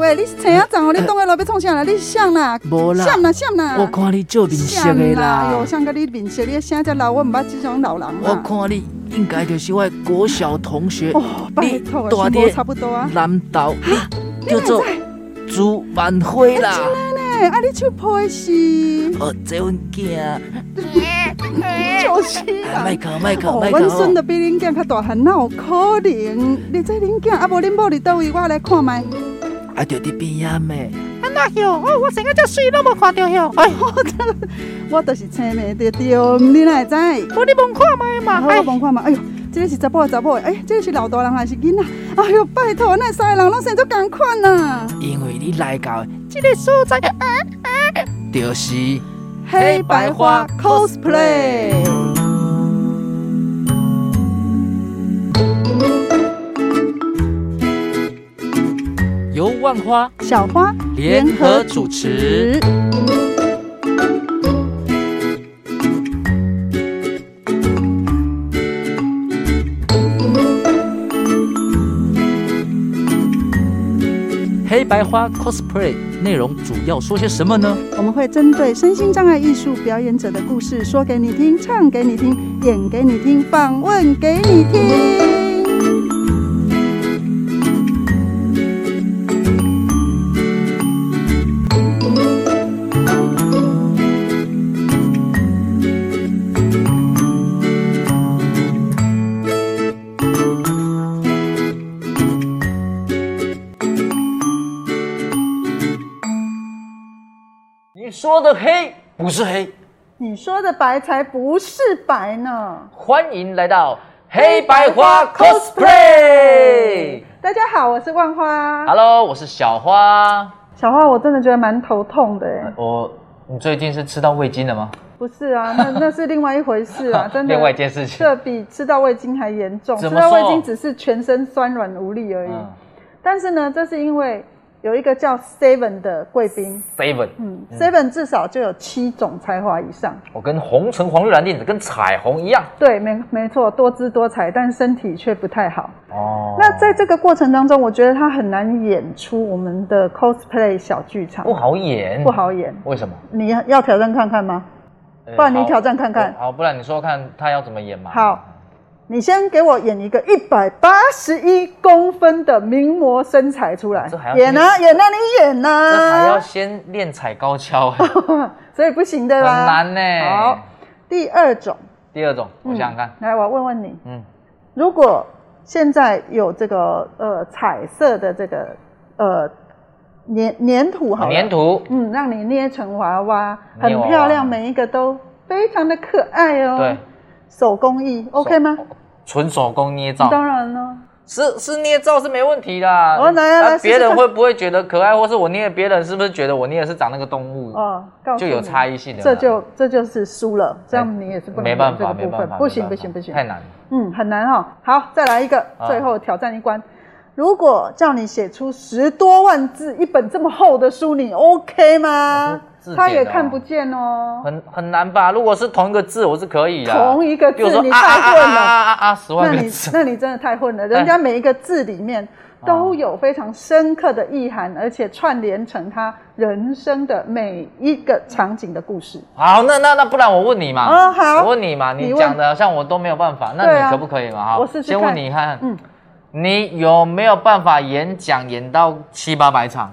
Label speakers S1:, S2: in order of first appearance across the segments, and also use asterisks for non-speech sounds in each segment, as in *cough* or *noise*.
S1: 哎你青啊长哦，你挡下来要创啥啦？你谁啦？
S2: 无啦
S1: 谁啦？谁啦？
S2: 我看你做面色的
S1: 谁哟，
S2: 啦，
S1: 啊像啊甲你面色，你声遮老，我毋捌即种老人
S2: 我
S1: 啦。
S2: 看你应该就是我的国小同学
S1: 哦，拜托啊，
S2: 大
S1: 是
S2: 爹
S1: 无差不多啊。
S2: 南岛，你叫做朱万辉啦。
S1: 哎，啊，你手抱哎的是
S2: 哦，这阮囝，啊哎
S1: 就是啦。
S2: 麦克麦克
S1: 哦
S2: 麦，
S1: 阮孙
S2: 克，
S1: 都比恁囝较大汉，哪有可能？你这恁囝，啊无恁某伫倒位，我来看卖。
S2: 啊，就伫边仔咩？
S3: 安那哟，哦，我生个遮水拢无看到哟，哎，
S1: 我就是青梅着着，你哪会知？
S3: 我你望看卖嘛，
S1: 好，
S3: 哎
S1: 我，望看嘛。哎哟，这个是查甫的查某的，哎，这个是老大人还是囡仔？ *laughs* 哎哟，拜托，那三个人拢生做共款啊！
S2: 因为你来到的
S3: 这个所在，
S2: 就是
S1: 黑白花 cosplay。
S2: 由万花
S1: 小花
S2: 联合主持。黑白花 cosplay 内容主要说些什么呢？
S1: 我们会针对身心障碍艺术表演者的故事说给你听，唱给你听，演给你听，访问给你听。
S4: 你说的黑不是黑，
S1: 你说的白才不是白呢。
S4: 欢迎来到黑白花 cosplay。
S1: 大家好，我是万花。
S4: Hello，我是小花。
S1: 小花，我真的觉得蛮头痛的哎。
S4: 我，哦你最近是吃到味精了吗？
S1: 不是啊，那 *laughs* 那是另外一回事啊，真的。
S4: 另外一件事情。
S1: 这比吃到味精还严重，
S4: 怎
S1: 吃
S4: 么
S1: 到味
S4: 说
S1: 精只是全身酸软无力而已。
S4: 嗯
S1: 但是呢，这是因为有一个叫 Seven 的贵宾，
S4: Seven，
S1: 嗯，Seven 至少就有七种才华以上。
S4: 我跟红橙黄绿蓝靛紫跟彩虹一样。
S1: 对，没没错，多姿多彩，但身体却不太好。
S4: 哦
S1: 那在这个过程当中，我觉得他很难演出我们的 cosplay 小剧场，
S4: 不好演，
S1: 不。好演。
S4: 为什么？
S1: 你要挑战看看吗？
S4: 呃
S1: 不然你
S4: 好
S1: 挑战看看
S4: 好，不然你说看他要怎么演嘛？
S1: 好，你先给我演一个一百八十一公分的名模身材出来
S4: 这还要，
S1: 演啊演啊，你演
S4: 这还要
S1: 啊，
S4: 先练踩高
S1: *laughs*
S4: 跷，哎
S1: 所以不行的
S4: 很
S1: 啦。
S4: 难呢。
S1: 好，第二种，
S4: 第二种，我想想看
S1: 嗯，来，我问问你，
S4: 嗯，
S1: 如果现在有这个呃彩色的这个呃粘粘土好了，
S4: 粘，土，
S1: 嗯，让你捏成娃娃，很
S4: 捏娃娃
S1: 漂亮，每一个都非常的可爱哦。
S4: 对，
S1: 手工艺 OK 吗？
S4: 纯手工捏造，
S1: 当然了。
S4: 是是捏造是没问题啦。
S1: 哦来来
S4: 啊
S1: 来试试
S4: 别人
S1: 看
S4: 会不会觉得可爱，或是我捏的别人是不是觉得我捏的是长那个动物？
S1: 哦，告诉
S4: 就有
S1: 你
S4: 差异性的
S1: 这
S4: 啦
S1: 就这就是输了，这样你也是不能
S4: 没
S1: 玩
S4: 办
S1: 这
S4: 法，
S1: 个
S4: 没
S1: 部
S4: 办
S1: 分
S4: 法，，
S1: 不行
S4: 没
S1: 不
S4: 办法
S1: 行不行
S4: 太，难了。
S1: 嗯，很难哦。好，再来一个，
S4: 啊
S1: 最后挑战一关。如果叫你写出十多万字一本这么厚的书，你 OK 吗
S4: 哦这字？
S1: 他也
S4: 典哦
S1: 看不见哦。
S4: 很很难吧？如果是同一个字，我是可以的。
S1: 同一个字
S4: 比如说
S1: 你
S4: 啊啊
S1: 太
S4: 啊
S1: 混
S4: 啊
S1: 了，
S4: 啊啊啊！十
S1: 那
S4: 万个
S1: 你
S4: 字，
S1: 那你真的太混了。人家每一个字里面都有非常深刻的意涵，而且串联成他人生的每一个场景的故事。
S4: 好，那那那不然我问你嘛，
S1: 哦好
S4: 我问你嘛，
S1: 你
S4: 你
S1: 问
S4: 讲的好像我都没有办法，
S1: 对
S4: 那
S1: 啊
S4: 你可不可以嘛？好
S1: 我试试
S4: 先
S1: 看
S4: 问你看，
S1: 嗯
S4: 你有没有办法演讲演到七八百场？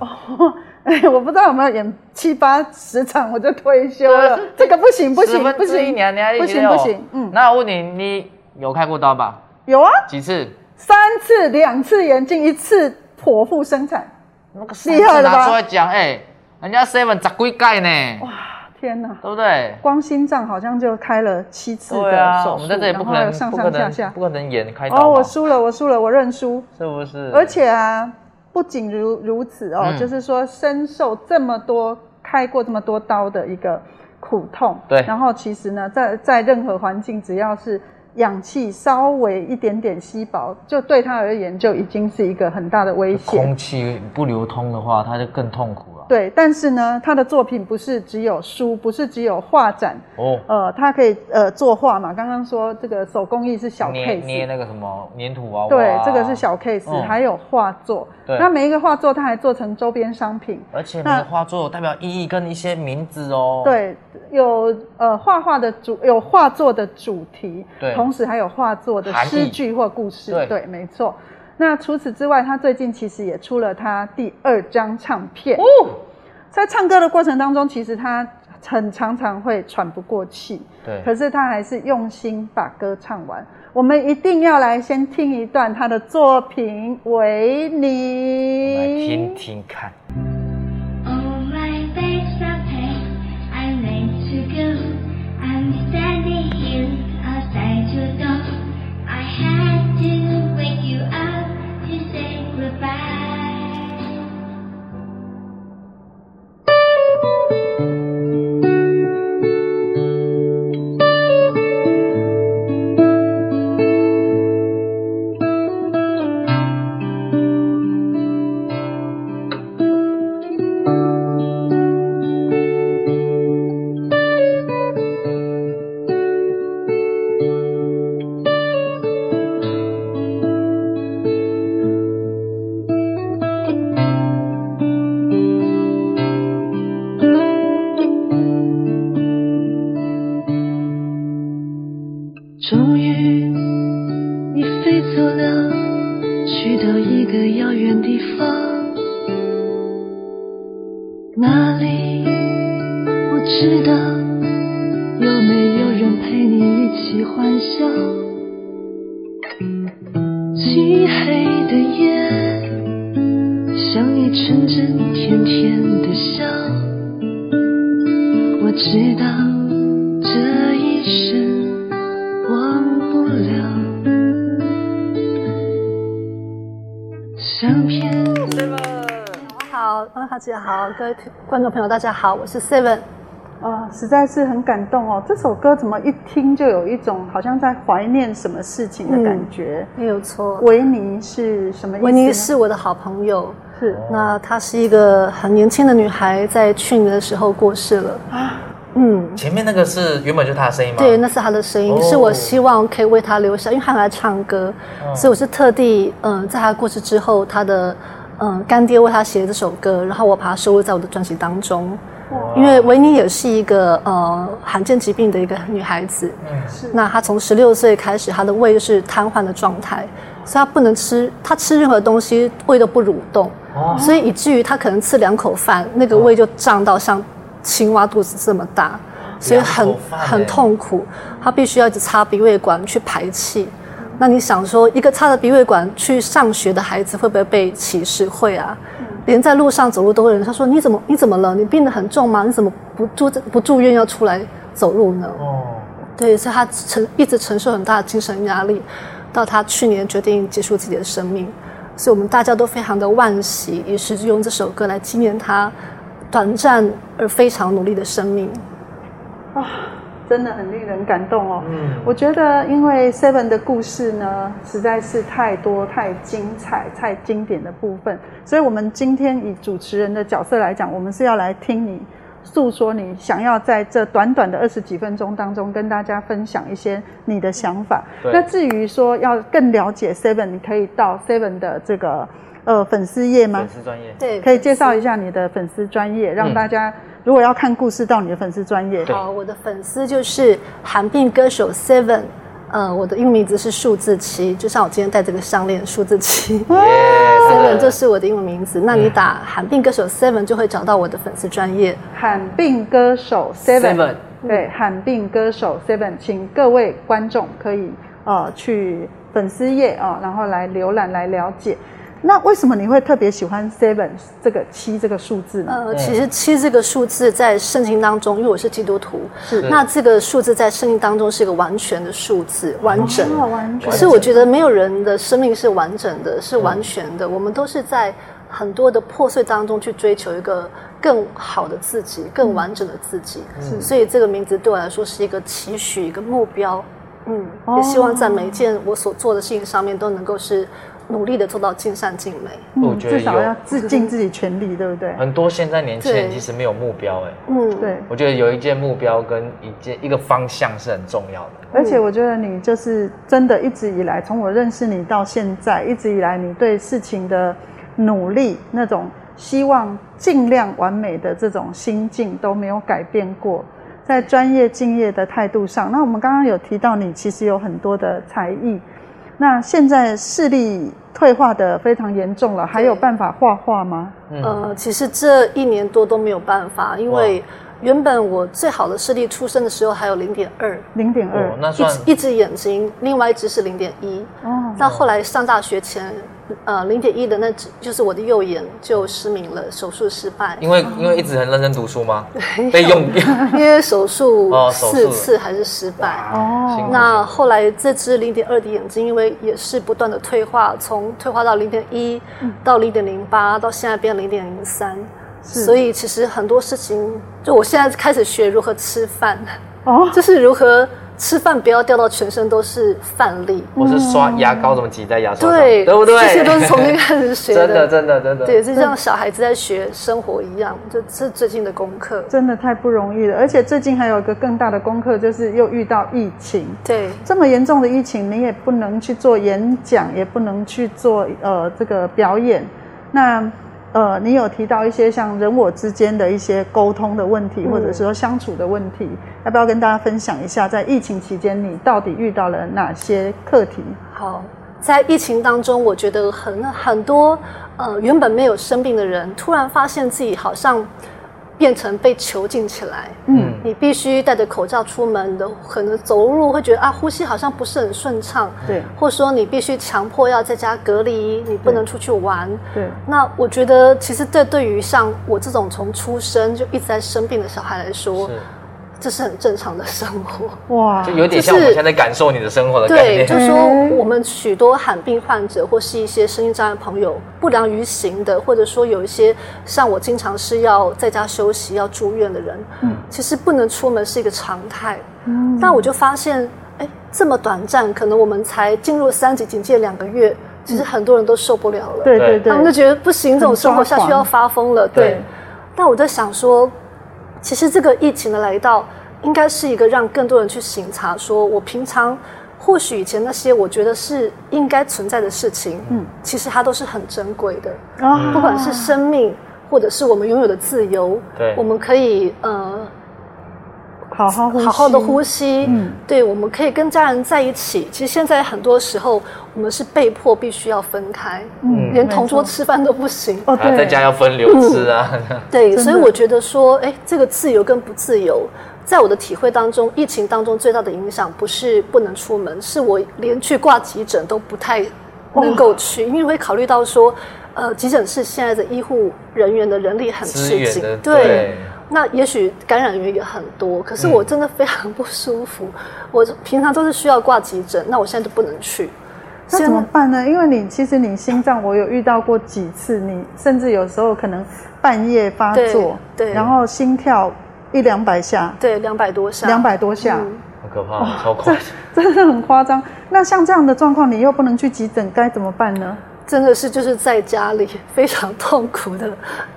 S1: 哎， *laughs* 我不知道有没有演七八十场我就退休了，这个不行不
S4: 啊十
S1: 行
S4: 分
S1: 不
S4: 之一
S1: 行，
S4: 年你还一
S1: 不
S4: 直
S1: 行
S4: 有
S1: 不行，嗯，
S4: 那我问你，你有开过刀吧？
S1: 有啊，
S4: 几次？
S1: 三次两次眼镜，一次剖腹生产，
S4: 那个
S1: 厉害了吧
S4: 拿出来讲，哎、人家 seven 十几盖呢，
S1: 天哪！
S4: 对不对？
S1: 光心脏好像就开了七次
S4: 对
S1: 的
S4: 啊，
S1: 手术，
S4: 我们在这里不可
S1: 然后还有
S4: 能，
S1: 上
S4: 不可
S1: 上下
S4: 能，
S1: 下
S4: 不。可能演开刀嘛，
S1: 哦，我输了，我输了，我认输。
S4: 是不是？
S1: 而且啊，不仅如如此哦，
S4: 嗯
S1: 就是说深受这么多开过这么多刀的一个苦痛。
S4: 对
S1: 然后其实呢，在在任何环境，只要是氧气稍微一点点稀薄，就对他而言就已经是一个很大的威胁。
S4: 空气不流通的话，他就更痛苦了、
S1: 对，但是呢，他的作品不是只有书，不是只有画展，
S4: 哦，
S1: 呃，他可以呃作画嘛。刚刚说这个手工艺是小
S4: 捏
S1: case，
S4: 捏那个什么粘土啊，
S1: 对
S4: 哇，
S1: 这个是小 case，、
S4: 嗯
S1: 还有画作。
S4: 对
S1: 那每一个画作，它还做成周边商品。
S4: 而且
S1: 那
S4: 每个画作有代表意义跟一些名字哦。
S1: 对，有呃画画的主，有画作的主题，
S4: 对
S1: 同时还有画作的
S4: 含义
S1: 诗句或故事。
S4: 对
S1: 没错。那除此之外，他最近其实也出了他第二张唱片。
S4: 哦
S1: 在唱歌的过程当中，其实他很常常会喘不过气。
S4: 对，
S1: 可是他还是用心把歌唱完。我们一定要来先听一段他的作品《维
S4: 我们来
S1: 尼
S4: 听》。听看。
S5: Oh, my bags are packed. I'm ready to go. I'm standing here outside your door. I had to wake you up to say goodbye.
S6: Hello，汪小姐好，各位听观众朋友大家好，我是 Seven。
S1: 啊、实在是很感动哦！这首歌怎么一听就有一种好像在怀念什么事情的感觉？
S6: 没有错，
S1: 维尼是什么意思呢？
S6: 嗯维尼是我的好朋友，
S1: 是
S6: 那她是一个很年轻的女孩，在去年的时候过世了。嗯，
S4: 前面那个是原本就是他的声音吗？
S6: 对，那是她的声音
S4: 哦
S6: 是我希望可以为她留下，因为她很爱唱歌，所以我是特地嗯、在她过世之后，她的嗯、干爹为她写了这首歌，然后我把它收录在我的专辑当中。因为维尼也是一个呃罕见疾病的一个女孩子，
S4: 嗯
S1: 是
S6: 那她从十六岁开始，她的胃就是瘫痪的状态，所以她不能吃，她吃任何东西胃都不蠕动，
S4: 哦
S6: 所以以至于她可能吃两口饭，那个胃就胀到像青蛙肚子这么大，所以
S4: 哦两
S6: 很
S4: 口饭欸
S6: 很痛苦，她必须要一直插鼻胃管去排气。那你想说，一个插着鼻胃管去上学的孩子会不会被歧视？会啊，
S4: 嗯
S6: 连在路上走路都会有人他说你怎么你怎么了？你病得很重吗？你怎么不住不住院要出来走路呢？
S4: 哦，
S6: 对，所以他承一直承受很大的精神压力，到他去年决定结束自己的生命，所以我们大家都非常的惋惜，于是就用这首歌来纪念他短暂而非常努力的生命。
S1: 真的很令人感动哦。
S4: 嗯
S1: 我觉得，因为 Seven 的故事呢，实在是太多、太精彩、太经典的部分，所以我们今天以主持人的角色来讲，我们是要来听你诉说你想要在这短短的二十几分钟当中跟大家分享一些你的想法。
S4: 对
S1: 那至于说要更了解 Seven，你可以到 Seven 的这个呃粉丝页吗
S4: 粉？丝嗯专业。
S6: 对，
S1: 可以介绍一下你的粉丝专业，让大家如果要看故事，到你的粉丝专业。
S6: 好，我的粉丝就是韩病歌手 Seven，呃，我的英文名字是数字七，就像我今天戴这个项链，数字七。Seven 这是我的英文名字，那你打韩病歌手 Seven 就会找到我的粉丝专业。
S1: 罕病歌手 Seven，,
S4: Seven
S1: 对，罕病歌手 Seven，请各位观众可以呃去粉丝页啊、呃然后来浏览来了解。那为什么你会特别喜欢 Seven 这个七这个数字呢？
S6: 呃，其实七这个数字在圣经当中，因为我是基督徒，
S1: 是
S6: 那这个数字在圣经当中是一个完全的数字，完整。
S1: 哦完全
S6: 可是我觉得没有人的生命是完整的，嗯是完全的。我们都是在很多的破碎当中去追求一个更好的自己，更完整的自己。嗯所以这个名字对我来说是一个期哦许，一个目标。嗯，也希望在每一件我所做的事情上面都能够是努力的做到尽善尽美。
S4: 我
S1: 嗯，
S4: 觉得
S1: 至少
S4: 有
S1: 要自尽自己全力，对不对？
S4: 很多现在年轻人
S6: 对
S4: 其实没有目标哎、
S6: 嗯，，
S1: 对，
S4: 我觉得有一件目标跟一件一个方向是很重要的。
S1: 而且我觉得你就是真的一直以来，从我认识你到现在，一直以来你对事情的努力，那种希望尽量完美的这种心境都没有改变过。在专业敬业的态度上，那我们刚刚有提到你其实有很多的才艺，那现在视力退化的非常严重了，还有办法画画吗？
S4: 嗯，
S6: 呃，其实这一年多都没有办法，因为原本我最好的视力出生的时候还有零点二，
S1: 零点二
S4: 哦，那
S6: 嗯一
S4: 算
S6: 只一只眼睛，另外一只是零点一。
S1: 哦，
S6: 到后来上大学前，呃，零点一的那只就是我的右眼就失明了，手术失败，
S4: 因为因为一直很认真读书吗？被用
S6: *laughs*
S4: 掉。
S6: 因为手术
S4: 哦手术
S6: 四次还是失败。
S1: 哦
S4: 辛苦
S6: 那
S4: 辛苦
S6: 后来这只零点二的眼睛，因为也是不断的退化，从退化到零点一，到零点零八，到现在变零点零三。所以其实很多事情，就我现在开始学如何吃饭， *laughs*
S1: 哦，
S6: 就是如何吃饭不要掉到全身都是饭粒。
S4: 我是刷牙膏怎么挤在牙刷上，
S6: 对，
S4: 对不对？
S6: 这些都是从那边开始学
S4: 真的真的真的。
S6: 对，就像小孩子在学生活一样，就这是最近的功课。
S1: 真的太不容易了。而且最近还有一个更大的功课，就是又遇到疫情。
S6: 对，
S1: 这么严重的疫情，你也不能去做演讲，也不能去做呃这个表演。那呃，你有提到一些像人我之间的一些沟通的问题，或者说相处的问题，要不要跟大家分享一下，在疫情期间你到底遇到了哪些课题？
S6: 好，在疫情当中，我觉得很很多呃原本没有生病的人，突然发现自己好像变成被囚禁起来。
S1: 嗯
S6: 你必须戴着口罩出门你的，可能走路会觉得啊呼吸好像不是很顺畅，
S1: 对
S6: 或者说你必须强迫要在家隔离，你不能出去玩。
S1: 对，
S6: 那我觉得，其实这对于像我这种从出生就一直在生病的小孩来说，
S4: *laughs* 是，
S6: 这是很正常的生活。
S1: 哇，
S4: 就有点像我们现在感受你的生活的概
S6: 对，
S4: 念。
S6: 就是说我们许多罕病患者或是一些身心障碍朋友不良于行的，或者说有一些像我经常是要在家休息、要住院的人，嗯，其实不能出门是一个常态。嗯，但我就发现，哎，这么短暂，可能我们才进入三级警戒两个月，其实很多人都受不了了。
S1: 对对
S6: 他们就
S1: 对，
S6: 觉得不行，这种生活下去要发疯了。
S4: 对
S6: 对，但我在想说，其实这个疫情的来到，应该是一个让更多人去醒察，说我平常或许以前那些我觉得是应该存在的事情，嗯，其实它都是很珍贵的，
S1: 啊
S6: 不管是生命。或者是我们拥有的自由，
S4: 对
S6: 我们可以呃
S1: 啊好好呼吸
S6: 好好的呼吸，
S1: 嗯
S6: 对，我们可以跟家人在一起。其实现在很多时候我们是被迫必须要分开，
S1: 嗯
S6: 连同桌
S1: 没错
S6: 吃饭都不行。
S1: 哦，
S4: 啊，
S1: 对，
S4: 在家要分
S6: *laughs*
S4: 流吃啊， *laughs*
S6: 对，
S1: 真
S6: 所以
S1: 的
S6: 我觉得说，哎，这个自由跟不自由，在我的体会当中，疫情当中最大的影响不是不能出门，是我连去挂急诊都不太能够去，因为会考虑到说，呃，急诊室现在的医护人员的人力很
S4: 资
S6: 吃
S4: 源
S6: 紧
S4: 的，
S6: 对。那也许感染源也很多，可是我真的非常不舒服。我平常都是需要挂急诊，那我现在都不能去。
S1: 那
S6: 现
S1: 怎
S6: 在
S1: 么办呢？因为你其实你心脏，我有遇到过几次，你甚至有时候可能半夜发作，
S6: 对对
S1: 然后心跳一两百下，
S6: 对两百多下，
S1: 两百多下，
S6: 嗯
S4: 很可怕，超
S6: *laughs*
S4: 快。
S1: *laughs* 真的很夸张。那像这样的状况，你又不能去急诊，该怎么办呢？
S6: 真的是就是在家里非常痛苦的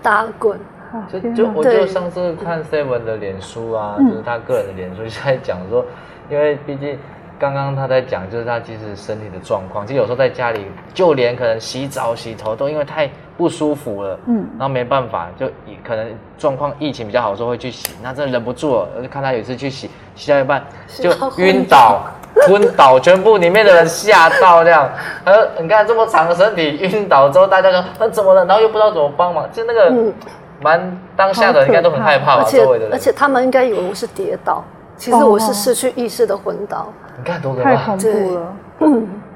S6: 打滚。
S1: 哇
S4: 就
S1: 哦天
S4: 就
S1: 哪
S4: 我
S6: 对嗯
S4: 就上次看 Seven 的脸书啊，就是他个人的脸书就在讲说，因为毕竟刚刚他在讲，就是他其实身体的状况，其实有时候在家里，就连可能洗澡、洗头都因为太不舒服了，嗯，然后没办法，就以可能状况疫情比较好的时候会去洗，那真的忍不住了，我就看他有一次去洗，洗到一半就
S6: 到昏
S4: 晕倒。
S6: *laughs*
S4: 昏倒，全部里面的人吓到这样。他说：“你看这么长的身体晕倒之后，大家说他怎么了？然后又不知道怎么帮忙，就那个
S6: 嗯
S4: 蛮当下的人应该都很害怕
S6: 而
S4: 吧？
S6: 且
S4: 周围的人，
S6: 而且他们应该以为我是跌倒，其实
S1: 哦
S6: 我是失去意识的昏倒。
S4: 你看多可
S1: 太
S4: 怕
S1: 恐！怖了。 *clears throat*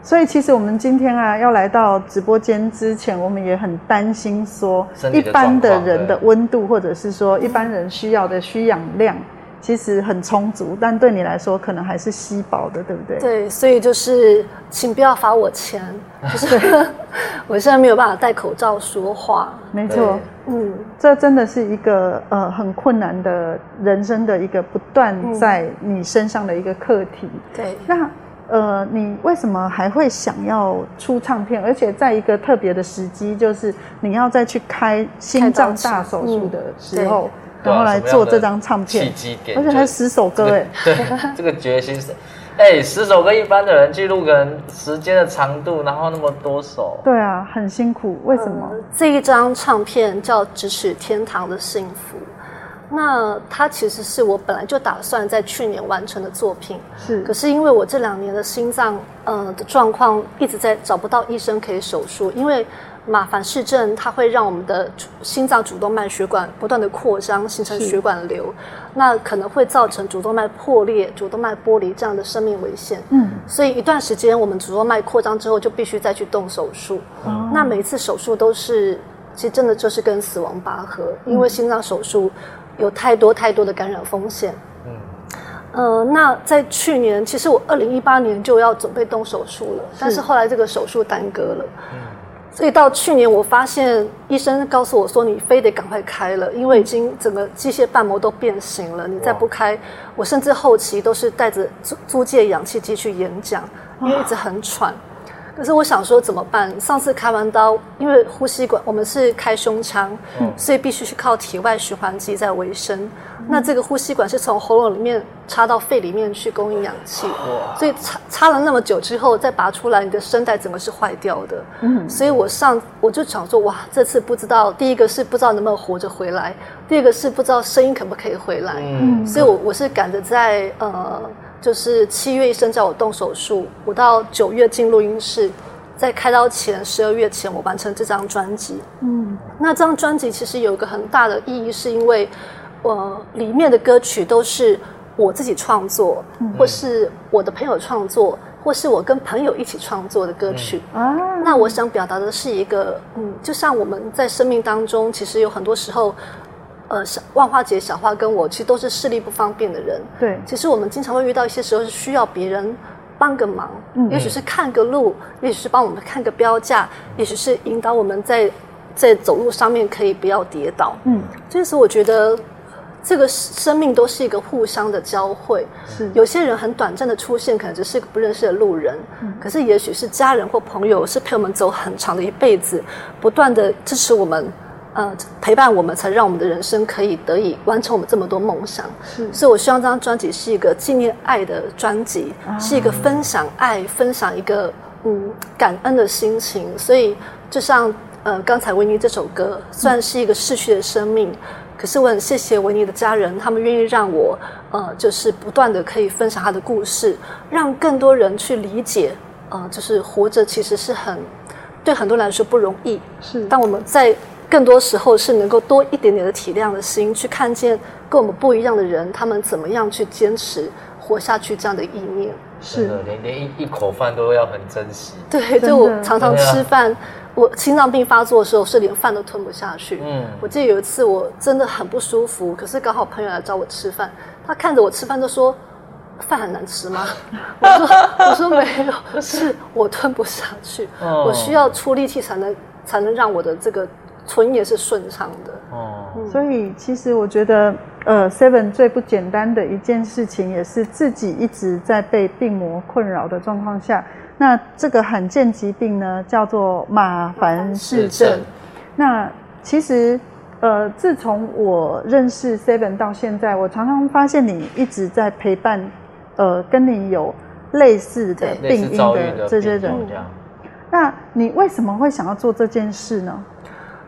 S1: 所以其实我们今天啊，要来到直播间之前，我们也很担心说，
S4: 身
S1: 一
S4: 体的
S1: 般的人
S4: 状况
S1: 的温度，或者是说一般人需要的需氧量，其实很充足，但对你来说可能还是稀薄的，对不对？
S6: 对，所以就是请不要罚我钱，就是 *laughs* 我现在没有办法戴口罩说话。
S1: 没错
S4: 对，
S6: 嗯，
S1: 这真的是一个呃很困难
S4: 嗯
S1: 的人生的一个不断在你身上的一个课题。
S6: 对，
S1: 那呃，你为什么还会想要出唱片？而且在一个特别的时机，就是你要再去开心脏大手术的时候，
S4: 对啊
S1: 然后来
S4: 什么样的
S1: 做这张唱片，
S4: 契机点，
S1: 而且还
S4: 就
S1: 十首歌
S4: 这个
S1: 哎， *laughs*
S4: 对，这个决心是，哎、十首歌一般的人记录可能时间的长度，然后那么多首，
S1: 对啊，很辛苦，为什么？
S6: 这一张唱片叫《咫尺天堂的幸福》，那它其实是我本来就打算在去年完成的作品，
S1: 是
S6: 可是因为我这两年的心脏呃的状况一直在找不到医生可以手术，因为马凡氏症它会让我们的主心脏主动脉血管不断的扩张，形成
S1: 是
S6: 血管瘤，那可能会造成主动脉破裂、主动脉剥离这样的生命危险。
S1: 嗯，
S6: 所以一段时间我们主动脉扩张之后就必须再去动手术。那每一次手术都是，其实真的就是跟死亡拔河，因为心脏手术有太多太多的感染风险。
S4: 嗯，
S6: 呃，那在去年，其实我二零一八年就要准备动手术了，但是后来这个手术耽搁了。
S4: 嗯
S6: 所以到去年，我发现医生告诉我说，你非得赶快开了，因为已经整个机械瓣膜都变形了，你再不开，我甚至后期都是带着租租借氧气机去演讲，因为一直很喘。可是我想说怎么办？上次开完刀，因为呼吸管我们是开胸腔，所以必须是靠体外循环机在维生。那这个呼吸管是从喉咙里面插到肺里面去供应氧气，所以插插了那么久之后再拔出来，你的声带整个是坏掉的。嗯，所以我上我就想说，哇，这次不知道，第一个是不知道能不能活着回来，第二个是不知道声音可不可以回来。
S4: 嗯，
S6: 所以我我是赶着在呃，就是七月医生叫我动手术，我到九月进录音室，在开刀前十二月前我完成这张专辑。
S1: 嗯，
S6: 那这张专辑其实有一个很大的意义，是因为呃里面的歌曲都是我自己创作，或是我的朋友创作，或是我跟朋友一起创作的歌曲。
S1: 啊，
S6: 那我想表达的是一个，嗯，就像我们在生命当中，其实有很多时候，呃，小万花姐、小花跟我其实都是视力不方便的人。
S1: 对
S6: 其实我们经常会遇到一些时候是需要别人帮个忙，
S1: 嗯
S6: 也许是看个路，也许是帮我们看个标价，也许是引导我们在在走路上面可以不要跌倒。
S1: 嗯，
S6: 这时候我觉得。这个生命都是一个互相的交汇，
S1: 是
S6: 有些人很短暂的出现，可能只是个不认识的路人，
S1: 嗯
S6: 可是也许是家人或朋友，是陪我们走很长的一辈子，不断的支持我们，呃，陪伴我们，才让我们的人生可以得以完成我们这么多梦想。
S1: 是
S6: 所以我希望这张专辑是一个纪念爱的专辑，是一个分享爱、分享一个嗯感恩的心情。所以就像呃刚才维尼这首歌，虽然是一个逝去的生命，可是我很谢谢维尼的家人，他们愿意让我呃就是不断的可以分享他的故事，让更多人去理解，呃，就是活着其实是很对很多人来说不容易，
S1: 是，
S6: 但我们在更多时候是能够多一点点的体谅的心，去看见跟我们不一样的人，他们怎么样去坚持活下去这样的意念。
S4: 真
S1: 是
S4: 的连连一一口饭都要很珍惜，
S6: 对，
S1: 的
S6: 就我常常
S4: 对啊
S6: 吃饭，我心脏病发作的时候是连饭都吞不下去。
S4: 嗯
S6: 我记得有一次我真的很不舒服，可是刚好朋友来找我吃饭，他看着我吃饭就说：“饭很难吃吗？” *laughs* 我说：“我说没有，是我吞不下去，
S4: 哦
S6: 我需要出力气才能才能让我的这个唇也是顺畅的。”
S4: 哦，
S1: 所以其实我觉得，呃，Seven 最不简单的一件事情，也是自己一直在被病魔困扰的状况下，那这个罕见疾病呢，叫做马凡氏症。那其实，呃，自从我认识 Seven 到现在，我常常发现你一直在陪伴，呃，跟你有类似的
S4: 类
S1: 病
S4: 似
S1: 因
S4: 遭遇的
S1: 这些
S4: 病
S1: 人。
S4: 痛这样，
S1: 那你为什么会想要做这件事呢？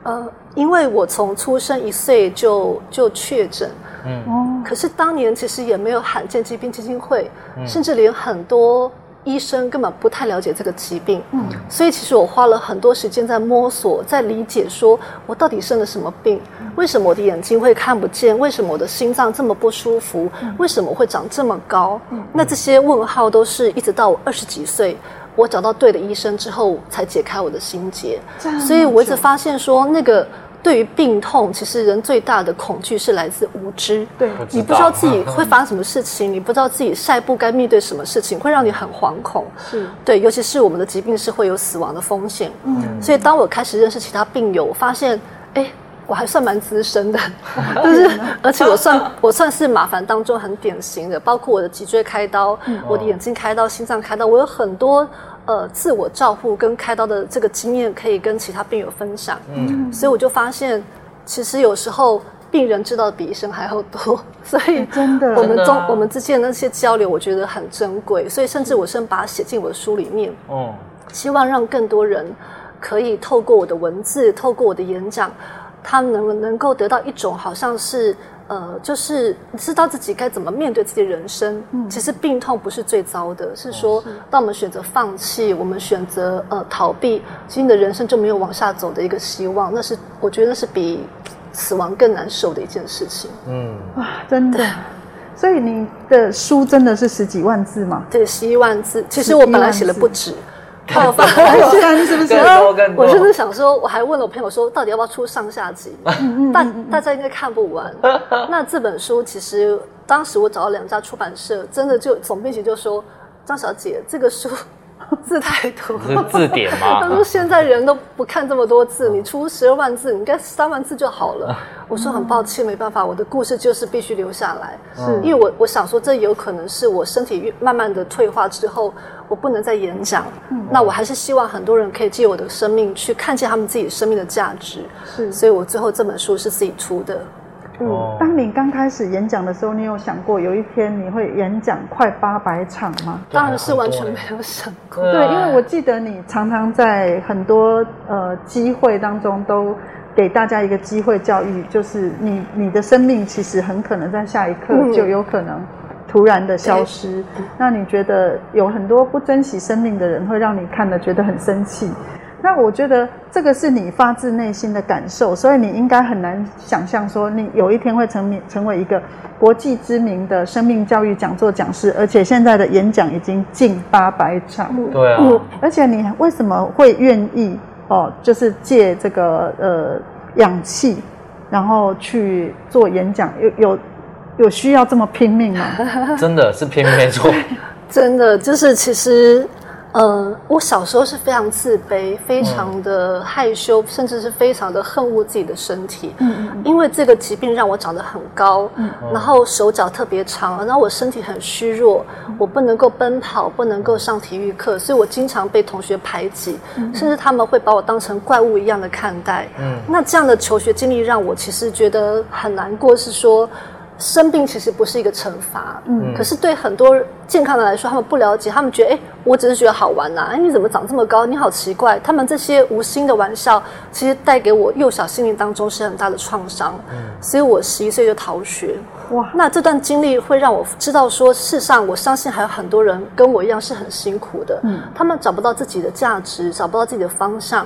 S6: 呃，因为我从出生一岁就就确诊，
S4: 嗯，
S1: 哦，
S6: 可是当年其实也没有罕见疾病基金会，甚至连很多医生根本不太了解这个疾病。嗯，所以其实我花了很多时间在摸索，在理解，说我到底生了什么病？为什么我的眼睛会看不见？为什么我的心脏这么不舒服？
S1: 嗯
S6: 为什么我会长这么高？那这些问号都是一直到我二十几岁。我找到对的医生之后，才解开我的心结。
S1: 这样
S6: 所以我一直
S1: 久
S6: 发现说，那个对于病痛，其实人最大的恐惧是来自无知。
S1: 对
S4: 不知
S6: 你不知道自己会发生什么事情，你不知道自己下一步该面对什么事情，会让你很惶恐。
S1: 是
S6: 对，尤其是我
S4: 嗯
S6: 们的疾病是会有死亡的风险。嗯，所以当我开始认识其他病友，我发现，哎，我还算蛮资深的， *laughs* 就是而且我算我算是麻烦当中很典型的，包括我的脊椎开刀、我的眼睛开刀、心脏开刀，我有很多呃自我照护跟开刀的这个经验可以跟其他病友分享，
S4: 嗯，
S6: 所以我就发现其实有时候。病人知道的比医生还要多， *laughs* 所以
S1: 哦真的
S6: 我们
S4: 真的
S6: 中
S4: 啊
S6: 我们之间的那些交流，我觉得很珍贵，所以甚至我是把它写进我的书里面。
S4: 哦，
S6: 希望让更多人可以透过我的文字，透过我的演讲，他们能能够得到一种好像是呃，就是知道自己该怎么面对自己的人生。
S4: 嗯
S6: 其实病痛不是最糟
S4: 哦
S6: 的，是说当我们选择放弃，我们选择呃逃避，其实你的人生就没有往下走的一个希望。那是我觉得那是比死亡更难受的一件事情。
S4: 嗯，
S1: 真的。所以你的书真的是十几万字吗？
S6: 对，十一万字，其实我本来写了不止。哦后来我发
S1: 还
S4: *laughs*
S1: 有三是不哦是？
S4: 更多更多
S6: 我甚至想说，我还问了我朋友说，到底要不要出上下集？
S1: 嗯
S4: 嗯
S6: 大大家应该看
S4: *laughs*
S6: 不完。那这本书其实当时我找到两家出版社，真的就总编辑就说：“张小姐，这个书字太多。”
S4: 是 *laughs* 字典
S1: *laughs*
S4: 啊吗
S6: *laughs* 他？说现在人都不看这么多字，你出十二万字，你应该三万字就好
S4: *laughs*
S6: 了。我说很抱歉，没办法，我的故事就是必须留下来，
S4: 是
S6: 因为我我想说，这有可能是我身体越慢慢的退化之后，我不能再演讲。
S4: 嗯
S6: 那我还是希望很多人可以借我的生命去看见他们自己生命的价值。
S1: 是嗯
S6: 所以我最后这本书是自己出的。
S4: 哦
S1: 当你刚开始演讲的时候，你有想过有一天你会演讲快八百场吗？
S4: 对
S6: 当然是完全
S4: 很
S6: 没
S4: 多欸
S6: 有想过。
S4: 对
S1: 对，
S4: 啊
S1: 因为我记得你常常在很多呃机会当中都给大家一个机会教育，就是你你的生命其实很可能在下一刻
S6: 嗯
S1: 就有可能突然的消失。那你觉得有很多不珍惜生命的人，会让你看了觉得很生气。那我觉得这个是你发自内心的感受，所以你应该很难想象说你有一天会成名成为一个国际知名的生命教育讲座讲师，而且现在的演讲已经近八百场。
S4: 对啊，
S6: 嗯
S1: 而且你为什么会愿意哦，就是借这个呃氧气，然后去做演讲？有有有需要这么拼命
S4: *laughs*
S1: 吗？
S4: 真的是偏
S1: *laughs*
S4: 没错，
S6: 真的就是，其实，呃，我小时候是非常自卑，非常的害羞，甚至是非常的恨恶自己的身体。
S1: 嗯嗯
S6: 因为这个疾病让我长得很高，
S1: 嗯
S6: 然后手脚特别长，然后我身体很虚弱，我不能够奔跑，不能够上体育课，所以我经常被同学排挤，甚至他们会把我当成怪物一样的看待。
S4: 嗯
S6: 那这样的求学经历让我其实觉得很难过，是说生病其实不是一个惩罚，
S1: 嗯
S6: 可是对很多健康的来说，他们不了解，他们觉得哎、诶我只是觉得好玩呐、哎、你怎么长这么高？你好奇怪。他们这些无心的玩笑，其实带给我幼小心灵当中是很大的创伤，所以我十一岁就逃学。
S1: 哇，
S6: 那这段经历会让我知道说，世上我相信还有很多人跟我一样是很辛苦的，
S1: 嗯
S6: 他们找不到自己的价值，找不到自己的方向。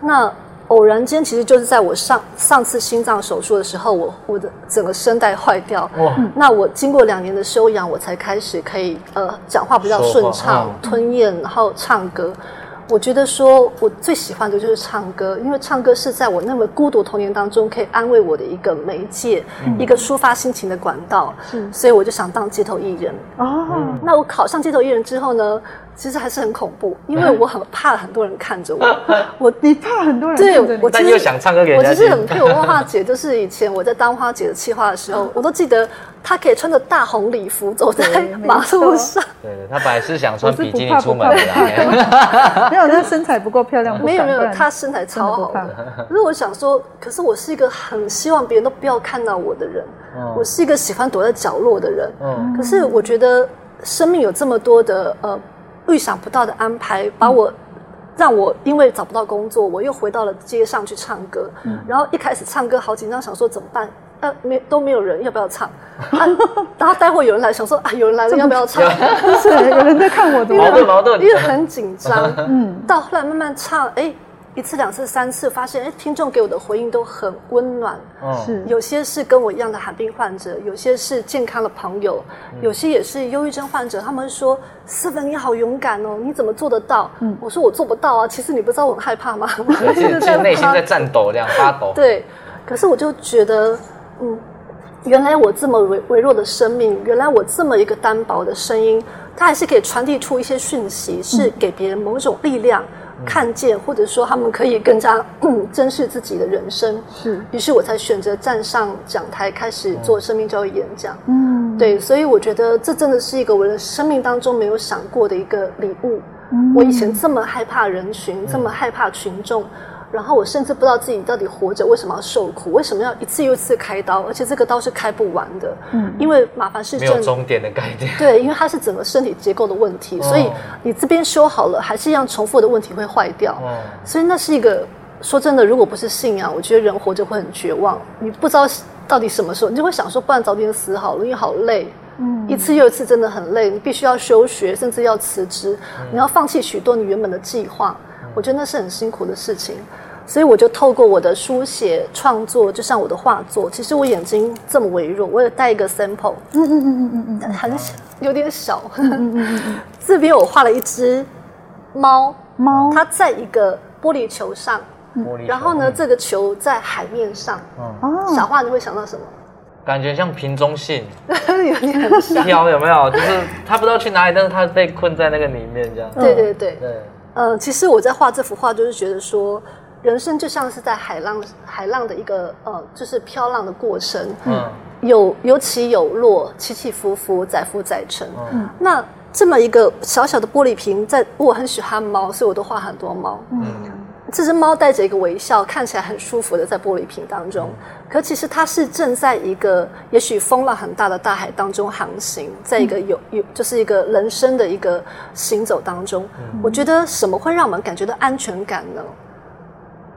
S6: 那偶然间，其实就是在我上上次心脏手术的时候，我我的整个声带坏掉。
S4: 哇，
S6: 那我经过两年的休养，我才开始可以呃讲话比较
S4: 说话
S6: 顺畅
S4: 嗯，
S6: 吞咽，然后唱歌。我觉得说我最喜欢的就是唱歌，因为唱歌是在我那么孤独童年当中可以安慰我的一个媒介，
S4: 嗯
S6: 一个抒发心情的管道。
S1: 是
S6: 所以我就想当街头艺人。
S4: 嗯
S1: 哦，
S6: 那我考上街头艺人之后呢，其实还是很恐怖，因
S4: *laughs*
S6: 为我很怕很多人看着我。
S1: 我你怕很多人
S6: *laughs* 对
S1: 看着你
S6: 我其
S4: 但
S6: 实
S4: 又想唱歌给人
S6: 我
S4: 家
S6: 其实很
S4: 听，
S6: 佩服花花姐，就是以前我在当花姐的企划的时候，我都记得她可以穿着大红礼服走在
S1: 对没
S6: *laughs* 马路
S1: 错
S6: 上。
S4: 对对，他本来是想穿
S1: 我是
S4: 比
S1: 不
S4: 基尼
S1: 怕
S4: 出
S1: 不
S4: 门
S1: 怕
S4: 的
S1: *laughs*
S4: 啦，
S1: 没有，那身材不够漂亮，不
S6: 没有
S1: 敢
S6: 没
S1: 不
S6: 有，
S1: 然
S6: 她身材超好
S1: 真的
S6: 的。可是我想说，可是我是一个很希望别人都不要看到我的人，
S4: 哦
S6: 我是一个喜欢躲在角落的人。
S4: 嗯，
S6: 可是我觉得生命有这么多的呃预想不到的安排，把
S4: 嗯
S6: 我、让我因为找不到工作，我又回到了街上去唱歌。
S4: 嗯
S6: 然后一开始唱歌好紧张，想说怎么办？呃，没都没有人，要不
S4: *laughs*
S6: 要唱？啊、然后待会有人来，想说啊，有人来了，要不要唱？
S1: 是有人在看我的
S4: *laughs* 矛
S1: 吗，哦
S4: 盾矛盾
S6: 因，为很紧
S4: *laughs*
S6: 张。
S1: 嗯，
S6: 到后来慢慢唱，哎，一次、两次、三次，发现哎，听众给我的回应都很温暖。
S4: 嗯
S1: 是
S6: 有些是跟我一样的罕病患者，有些是健康的朋友，有些也是忧郁症患者。他们说：“思文，你好勇敢哦，你怎么做得到？”我说：“我做不到啊。”其实你不知道我很害怕吗？ *laughs*
S4: 对其实其实内心在战斗，这样发抖，
S6: 对，可是我就觉得，嗯，原来我这么微微弱的生命，原来我这么一个单薄的声音，它还是可以传递出一些讯息，是给别人某种力量，看见，或者说他们可以更加嗯珍视自己的人生。
S1: 是，
S6: 于是我才选择站上讲台，开始做生命教育演讲。
S1: 嗯，
S6: 对，所以我觉得这真的是一个我的生命当中没有想过的一个礼物。
S1: 嗯
S6: 我以前这么害怕人群，这么害怕群众，然后我甚至不知道自己到底活着为什么要受苦，为什么要一次又一次开刀，而且这个刀是开不完的，
S1: 嗯
S6: 因为马凡氏
S4: 没有
S6: 症。
S4: 终点的概念。
S6: 对，因为它是整个身体结构的问题，
S4: 哦
S6: 所以你这边修好了，还是一样重复的问题会坏掉。
S4: 哦，
S6: 所以那是一个说真的，如果不是信仰，我觉得人活着会很绝望。你不知道到底什么时候，你就会想说，不然早点死好了，因为好累。
S1: 嗯
S6: 一次又一次真的很累，你必须要休学，甚至要辞职，
S1: 嗯
S6: 你要放弃许多你原本的计划。我觉得那是很辛苦的事情，所以我就透过我的书写创作，就像我的画作，其实我眼睛这么微弱，我有带一个 sample，
S1: 嗯嗯嗯嗯嗯嗯，
S6: 很小，有点小。 *laughs* 这边我画了一只猫，
S1: 猫
S6: 它在一个玻璃球上，
S4: 玻璃球
S6: 然后呢，啊这个球在海面上。
S4: 嗯，
S1: 哦，
S6: 小画你会想到什么？
S4: 感觉像瓶中信
S6: 有点像。
S4: 飘，有没有？就是他不知道去哪里，但是他被困在那个里面这样。
S6: 对对对，
S4: 对，
S6: 呃，其实我在画这幅画，就是觉得说，人生就像是在海浪海浪的一个呃，就是漂浪的过程，
S4: 嗯
S6: 有有起有落，起起伏伏，载浮载沉。
S4: 嗯
S6: 那这么一个小小的玻璃瓶，在我很喜欢猫，所以我都画很多猫。
S4: 嗯，
S6: 这只猫带着一个微笑，看起来很舒服的在玻璃瓶当中，可其实它是正在一个也许风浪很大的大海当中航行，在一个有有就是一个人生的一个行走当中。我觉得什么会让我们感觉到安全感呢？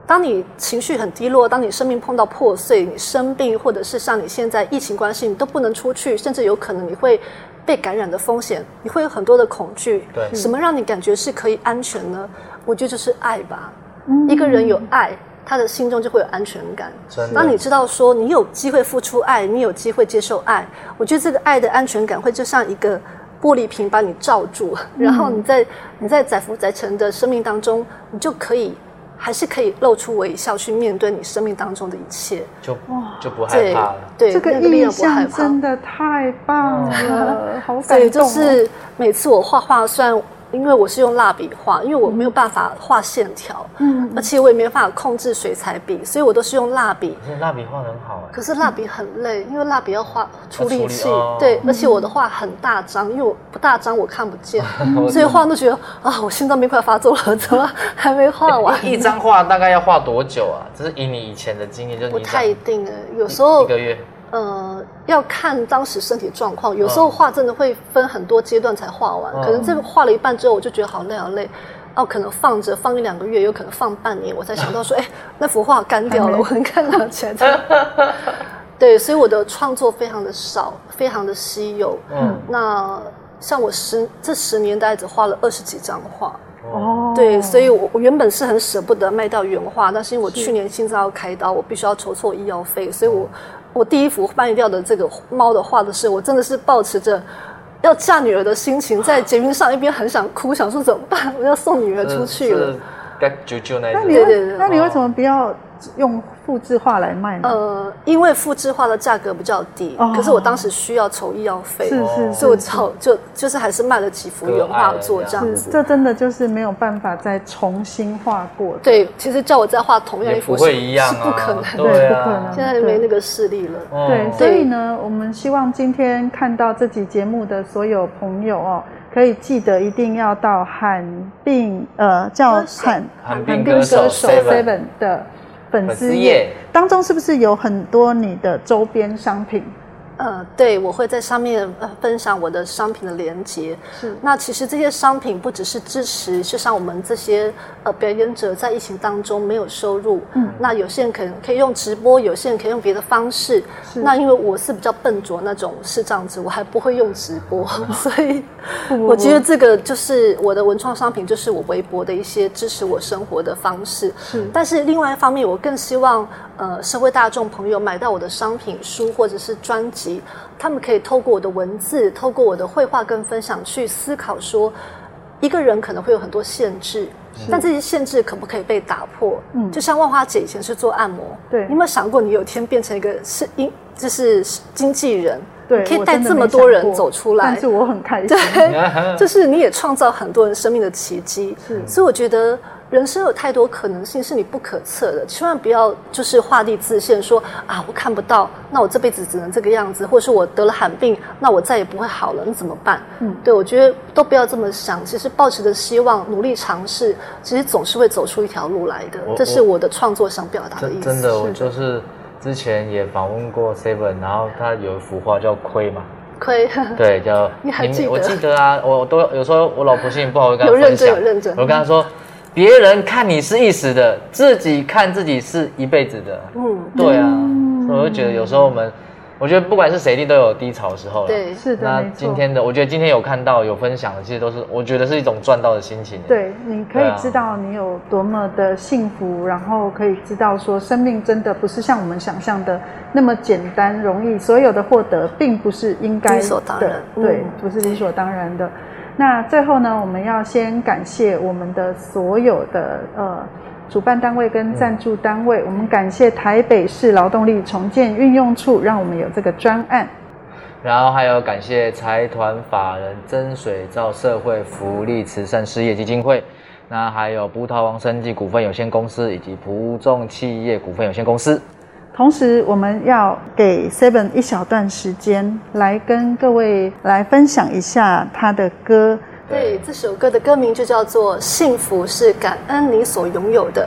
S6: 当你情绪很低落，当你生命碰到破碎，你生病，或者是像你现在疫情关系，你都不能出去，甚至有可能你会被感染的风险，你会有很多的恐惧。
S4: 对
S6: 什么让你感觉是可以安全呢？我觉得就是爱吧。一个人有爱，他的心中就会有安全感。
S4: 嗯真的
S6: 当你知道说你有机会付出爱，你有机会接受爱，我觉得这个爱的安全感会就像一个玻璃瓶把你罩住， *laughs* 然后你
S4: 嗯
S6: 在你在载浮载沉的生命当中，你就可以还是可以露出微笑去面对你生命当中的一切。
S4: 就就不害
S6: 对
S4: 怕了。嗯
S6: 对，
S1: 这个
S6: 那力
S1: 意
S6: 量不害
S1: 象
S6: 怕。
S1: 真的太棒了，好
S6: 所
S1: 感动
S6: 以
S1: 哦。
S6: 就是每次我画画，虽然因为我是用蜡笔画，因为我没有办法画线条，
S1: 嗯
S6: 而且我也没有办法控制水彩笔，所以我都是用蜡笔。
S4: 可是蜡笔画得很好哎
S6: 可，是蜡笔很累，因为蜡笔要画出力
S4: 要
S6: 气，
S4: 处理哦
S6: 对，而且我的画很大张，因为我不大张我看不
S4: *laughs*
S6: 见，
S4: 我
S6: 所以画完都觉得啊，我心脏病快发作了，怎么还没画完？
S4: *laughs* 一张画大概要画多久啊？就是以你以前的经验，就是
S6: 不
S4: 你
S6: 太
S4: 一
S6: 一定哎，有时候
S4: 个月，
S6: 呃，要看当时身体状况，有时候画真的会分很多阶段才画完，
S4: 嗯
S6: 可能这个画了一半之后，我就觉得好累好累。哦，可能放着放一两个月，有可能放半年，我才想到说，哎、那幅画干掉了，我很看拿起来再。对，所以我的创作非常的少，非常的稀有。
S4: 嗯，
S6: 那像我十这十年，大概只画了二十几张画。
S4: 哦，
S6: 对，所以我我原本是很舍不得卖掉原画，但是因为我去年心脏要开刀，我必须要筹措医药费，所以我我第一幅卖掉的这个猫的画的是，我真的是抱持着。要嫁女儿的心情，在捷运上一边很想哭，想说怎么办？我要送女儿
S4: 嗯
S6: 出去了。，
S4: 该啾啾那一
S1: 那
S4: 种。
S1: 你
S6: 对对
S1: 为
S6: 对
S1: 那你为什么不要用复制画来卖呢？
S6: 哦呃，因为复制画的价格比较低，
S1: 哦
S6: 可是我当时需要筹医药费，
S1: 是是，
S6: 所以我
S1: 是
S6: 只好就就是还是卖了几幅原画作这样
S1: 是
S6: 子。
S1: 这真的就是没有办法再重新画过的。
S6: 对，其实叫我再画同样一
S4: 也
S6: 幅
S4: 不
S6: 是
S4: 会一样
S6: 是
S4: 啊，
S6: 不可能的，
S4: 对
S1: 不可
S4: 啊
S1: 能，
S6: *laughs* 现在没那个视力了。
S4: 哦
S1: 对，所以呢，我们希望今天看到这集节目的所有朋友哦，可以记得一定要到罕病呃叫
S6: 歌手
S1: 罕
S4: 罕病歌手 Seven
S1: Seven 的粉
S4: 粉
S1: 丝
S4: 丝
S1: 页
S4: 页
S1: 当中，是不是有很多你的周边商品？
S6: 呃，对，我会在上面呃分享我的商品的链接。
S1: 是
S6: 那其实这些商品不只是支持，就像我们这些呃表演者在疫情当中没有收入，嗯，那有些人可能可以用直播，有些人可以用别的方式。
S1: 是
S6: 那因为我是比较笨拙那种视障者，我还不会用直播，所以
S1: 不
S6: 我觉得这个就是我的文创商品，就是我微博的一些支持我生活的方式。
S1: 嗯
S6: 但是另外一方面，我更希望呃社会大众朋友买到我的商品书或者是专辑，他们可以透过我的文字，透过我的绘画跟分享去思考说。一个人可能会有很多限制，但这些限制可不可以被打破？
S1: 嗯
S6: 就像万花姐以前是做按摩，
S1: 对
S6: 你有没有想过你有一天变成一个是因，就是经纪人，
S1: 对，
S6: 你可以
S1: 我
S6: 带
S1: 真的
S6: 这么
S1: 没
S6: 多
S1: 想
S6: 人
S1: 过
S6: 走出来，
S1: 但是我很开心。
S4: *laughs*
S6: 对，就是你也创造很多人生命的奇迹。所以我觉得人生有太多可能性是你不可测的，千万不要就是画地自限说，啊我看不到，那我这辈子只能这个样子，或者是我得了罕病，那我再也不会好了，那怎么办？
S1: 嗯
S6: 对我觉得都不要这么想，其实抱持着希望，努力尝试，其实总是会走出一条路来的
S4: 我。
S6: 这是我的创作想表达的意
S4: 真真
S6: 思。
S4: 的，我
S6: 是
S4: 就是之前也访问过 Seven，然后他有一幅画叫《亏》嘛， *laughs*
S6: 亏，
S4: 对，叫
S6: 嗯你还记得
S4: 我记得啊，我都有时候我老婆心情不好，我会跟她
S6: 有认
S4: 分
S6: 真
S4: 享，
S6: 有认真
S4: 我跟她说，别人看你是一时的，自己看自己是一辈子的，
S6: 嗯，
S4: 对啊，所以我就觉得有时候我们，我觉得不管是谁一定都有低潮的时候啦。
S6: 对，
S1: 是的，
S4: 那
S1: 没
S4: 今
S1: 错。
S4: 天的，我觉得今天有看到有分享的，其实都是我觉得是一种赚到的心情。，
S1: 对，你可
S4: 对
S1: 以
S4: 啊
S1: 知道你有多么的幸福，然后可以知道说，生命真的不是像我们想象的那么简单容易，所有的获得并不是应该的，
S6: 理所当然嗯
S1: 对，不是理所当然的。那最后呢，我们要先感谢我们的所有的呃主办单位跟赞助单位，我们感谢台北市劳动力重建运用处，让我们有这个专案。
S4: 然后还有感谢财团法人真水造社会福利慈善事业基金会，那还有葡萄王生技股份有限公司以及葡众企业股份有限公司。
S1: 同时，我们要给 Seven 一小段时间来跟各位来分享一下他的歌。
S6: 对，这首歌的歌名就叫做《幸福是感恩你所拥有的》。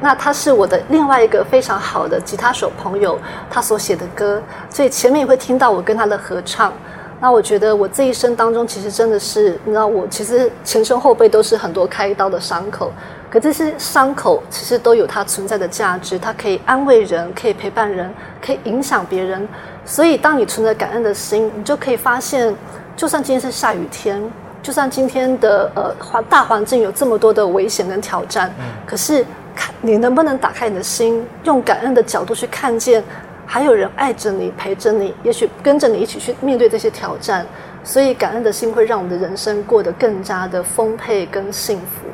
S6: 那他是我的另外一个非常好的吉他手朋友，他所写的歌，所以前面也会听到我跟他的合唱。那我觉得我这一生当中，其实真的是，你知道，我其实前身后背都是很多开刀的伤口，可这些伤口其实都有它存在的价值，它可以安慰人，可以陪伴人，可以影响别人。所以，当你存着感恩的心，你就可以发现，就算今天是下雨天，就算今天的呃环大环境有这么多的危险跟挑战，可是看你能不能打开你的心，用感恩的角度去看见，还有人爱着你，陪着你，也许跟着你一起去面对这些挑战。所以，感恩的心会让我们的人生过得更加的丰沛跟幸福。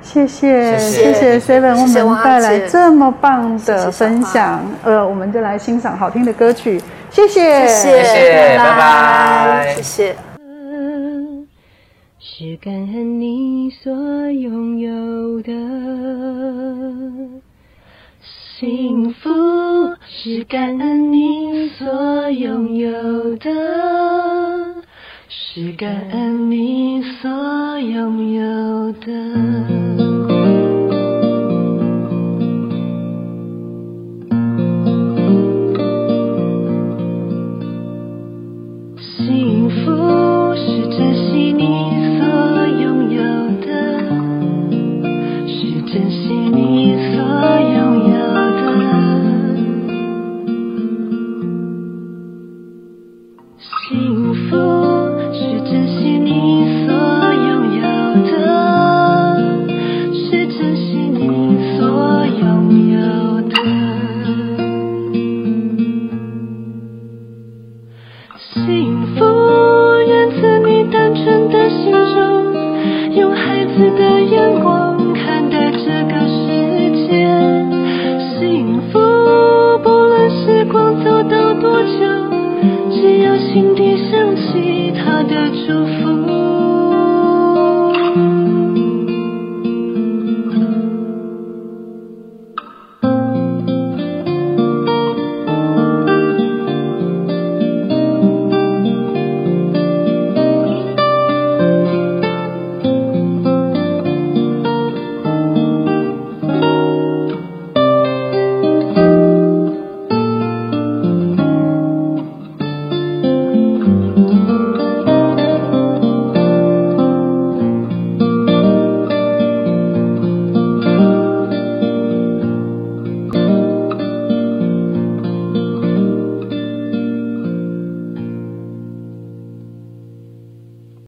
S1: 谢谢
S4: 谢
S1: 谢
S4: 谢
S1: Seven
S6: 谢谢
S1: 为我们
S6: 王阿
S1: 带来
S6: 姐
S1: 这么棒
S6: 谢
S1: 的
S6: 谢
S1: 分
S6: 小花
S1: 享。呃，我们就来欣赏好听的歌曲。谢谢，
S6: 谢
S4: 谢拜拜
S6: 谢谢。
S7: 是感恩你所拥有的幸福，是感恩你所拥有的，是感恩你所拥有的。幸福是珍惜你所拥有的，是珍惜你所拥有的。幸福是珍惜你所拥有的，是珍惜你所拥有的。幸福源自你单纯的心中，用孩子的眼光看待这个世界。幸福不论时光走到多久，只要心底想起他的祝福。